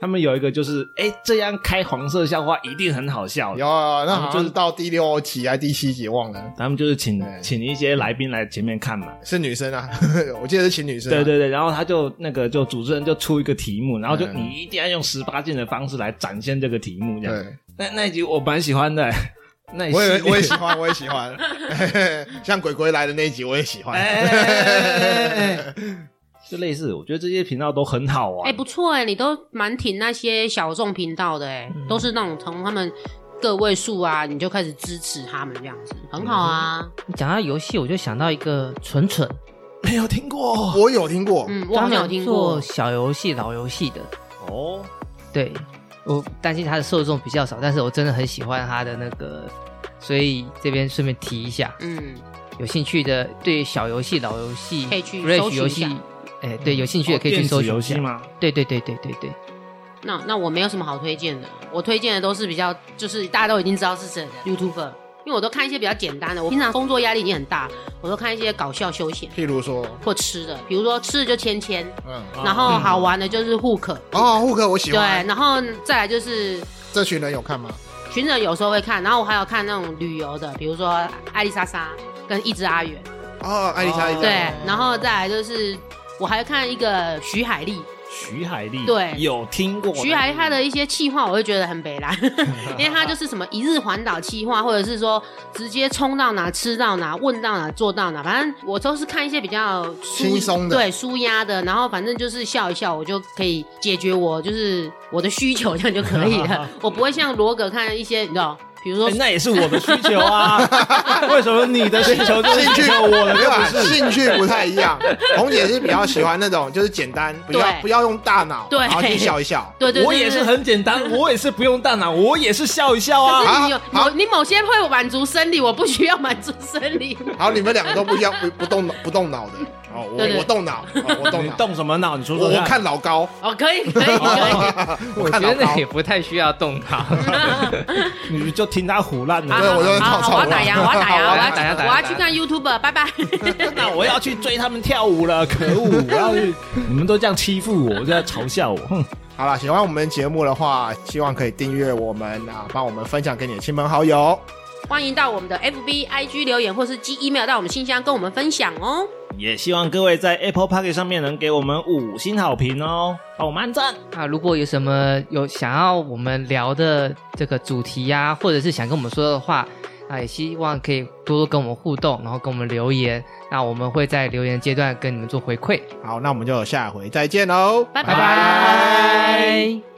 C: 他们有一个就是哎、这样开黄色笑话一定很好笑
A: 有，有，那
C: 然后
A: 好
C: 就
A: 像
C: 是
A: 是到第六集还是第七集忘了，
C: 他们就是请
A: 对
C: 请一些来宾来前面看嘛。
A: 是女生啊， 我记得是请女生、啊，
C: 对对对，然后他就那个就主持人就出一个题目，然后就
A: 嗯
C: 你一定要用十八禁的方式来展现这个题目，这样。
A: 对，
C: 那那一集我蛮喜欢的， 那一
A: 我也
C: 系列
A: 我也喜欢，我也喜欢， 像鬼鬼来的那一集我也喜欢，
C: 哎哎哎哎哎就类似，我觉得这些频道都很好玩。
B: 哎，不错哎，你都蛮挺那些小众频道的哎，都是那种从他们个位数啊，你就开始支持他们这样子，很好啊。
D: 你讲到游戏，我就想到一个蠢蠢，
C: 没有听过
A: 我有听过，
B: 嗯，我好像有听过
D: 专门做，小游戏、老游戏的。
C: 哦，
D: 对，我担心他的受众比较少，但是我真的很喜欢他的那个，所以这边顺便提一下，
B: 嗯，
D: 有兴趣的对小游戏、老游戏、
B: 可以去
D: Rage
B: 搜寻
D: 游
B: 一
D: 戏
B: 下，嗯
D: 哎，对，有兴趣的可以去
C: 哦电
D: 搜
C: 子
D: 寻
C: 游
D: 一
C: 戏
D: 下？
C: 吗？
D: 对对对对对对，
B: 那那我没有什么好推荐的，我推荐的都是比较就是大家都已经知道是谁的 YouTuber，因为我都看一些比较简单的，我平常工作压力已经很大，我都看一些搞笑休闲
A: 譬如说，
B: 或吃的，比如说吃的就芊芊，
A: 嗯，
B: 然后好玩的就是 Hook，、
A: 哦，户口我喜
B: 对，
A: 欢，
B: 然后再来就是
A: 这群人有看吗？
B: 群者有时候会看，然后我还有看那种旅游的，比如说艾丽莎莎跟一只阿远，
A: 哦，艾丽莎，
C: 哦
A: 艾丽莎
B: 对，然后再来就是我还看一个徐海丽，
C: 徐海丽
B: 对
C: 有听过
B: 徐海他的一些气话，我会觉得很 北蓝，因为他就是什么一日环岛气话，或者是说直接冲到哪吃到哪，问到哪做到哪，反正我都是看一些比较舒
A: 轻松的
B: 对舒压的，然后反正就是笑一笑，我就可以解决我就是我的需求，这样就可以 了。我不会像罗格看一些你知道，比如说
C: 哎那也是我的需求 啊，为什么你的需求就是
A: 兴
C: 需
A: 趣
C: 求我的
A: 没有
C: 就不
A: 啊，
C: 是？
A: 兴趣不太一样。红姐是比较喜欢那种，就是简单，不要
B: 对
A: 不要用大脑，
B: 对
A: 然后去笑一笑。
B: 对对对对
C: 我也是很简单，我也是不用大脑，我也是笑一笑 啊。
B: 可是你有
A: 啊
B: 某
A: 啊
B: 你某些会满足生理，我不需要满足生理。
A: 好，你们两个都不 一样，不不动脑不动脑的。哦，
B: 对对
A: 我我动脑，哦我动
C: 你
A: 脑，
C: 动什么脑？你啊说
A: 我
C: 说
A: 我看老高，
B: 哦，可以 可以可以，
A: 我
D: 我
A: 看
D: 觉
A: 老高
D: 得。也不太需要动脑。
C: 你就听他胡乱
B: 好
A: 对
C: 的。
B: 好
A: 我就
B: 好
A: 吵
B: 好
A: 吵
B: 我要打烊，我要打烊，
D: 好
B: 我
D: 我
B: 要
D: 要打烊打烊
B: 我要
D: 打烊
B: 去看 YouTube，拜拜。
C: 哎那我要去追他们跳舞了，可恶！我要去，你们都这样欺负我，就在嘲笑我。哼，
A: 好啦，喜欢我们节目的话，希望可以订阅我们啊，帮我们分享给你的亲朋好友。
B: 欢迎到我们的 FB、IG 留言，或是寄 email 到我们信箱跟我们分享哦。
C: 也希望各位在 Apple Park 上面能给我们五星好评哦，帮我们按赞。
D: 啊，如果有什么有想要我们聊的这个主题呀、或者是想跟我们说的话，啊，也希望可以多多跟我们互动，然后跟我们留言，那我们会在留言阶段跟你们做回馈。
A: 好，那我们就下回再见喽，
B: 拜
D: 拜拜